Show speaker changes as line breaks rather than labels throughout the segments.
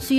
需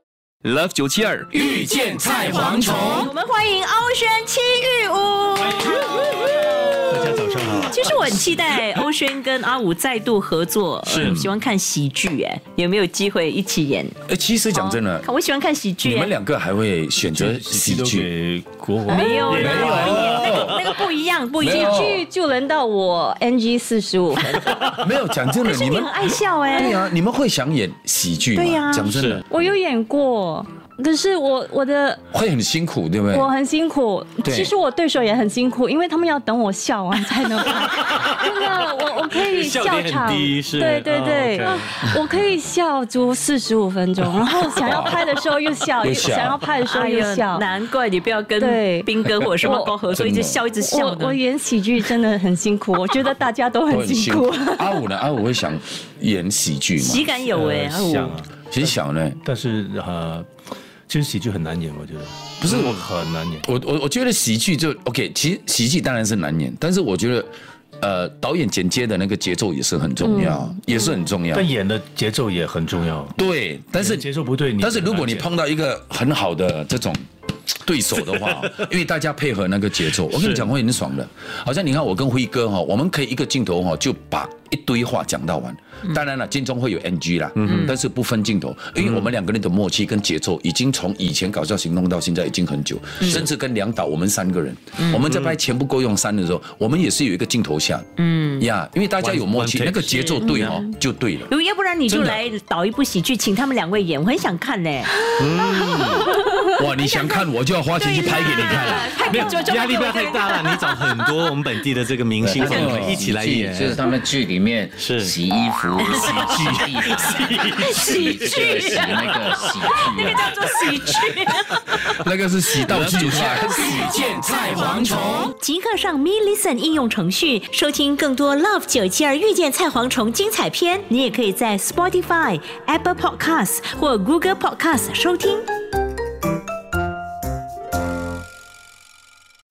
Love 九七二遇见菜蝗虫，
哎我们欢迎欧轩七玉
大
屋。
家早上好。
其实我很期待欧轩跟阿武再度合作，
是
呃喜欢看喜剧哎，有没有机会一起演？
哎，其实讲真的
看，我喜欢看喜剧
你们
哎，
两个还会选择喜
喜都
剧？
给国王，
没有没
没
有
有
那个那个不一样哎不一
没有
样，
剧就轮到我 NG 四十 五分，
没有，讲真的，你
你
们
很爱笑哎
对。啊，你们会想演喜剧吗？
对呀
讲真的
是，
我有演过，可是我我的
会很辛苦，对不对？
我很辛苦，
对
其实我对手也很辛苦，因为他们要等我笑完才能拍。真的，我我可以
笑
笑
点很
场，
低是
对对
哦
对，
OK
我可以笑足四十五分钟，然后想要拍的时候又笑，
又笑
想要拍的时候又哎笑。
难怪你不要跟
对
斌哥或者什么哥合作，一
真的
直笑一直笑
我
呢
我。演喜剧真的很辛苦，我觉得大家都
都
很辛苦。。
阿五呢？阿五会想演喜剧
喜
吗？
感有哎，阿武
想啊，
其实想呢，
但是呃，其实喜剧很难演，我觉得不是我很难演。
我我我觉得喜剧就 OK，其实喜剧当然是难演，但是我觉得，呃，导演剪接的那个节奏也是很重要，也是很重要。
但演的节奏也很重要，
对，但是
节奏不对，你
但是如果你
很难
碰到一个很好的这种对手的话，因为大家配合那个节奏，我跟你讲会很爽的。好像你看我跟辉哥哈，我们可以一个镜头哈就把一堆话讲到完。当然了，镜中会有 NG 啦，但是不分镜头，因为我们两个人的默契跟节奏已经从以前搞笑行动到现在已经很久，甚至跟梁导我们三个人，我们在拍《钱不够用三》的时候，我们也是有一个镜头下，嗯呀，因为大家有默契，
One- one take
那个节奏对哦就对了。
如果要不然你就
真的
来导一部喜剧，请他们两位演，我很想看呢。哎
哇，你想看我就要花钱去拍给你看了。
没有
压力不要太大了，你找很多我们本地的这个明星朋友一起来演，
就是他们剧里面
是
洗衣服、洗地 板、洗这个洗那个洗具啊。
叫做喜剧。
那个是喜到剧快，
遇见菜蝗虫。
即刻上 Me Listen 应用程序收听更多 Love 九七二遇见菜蝗虫精彩片。你也可以在 Spotify、Apple Podcasts 或 Google Podcasts 收听。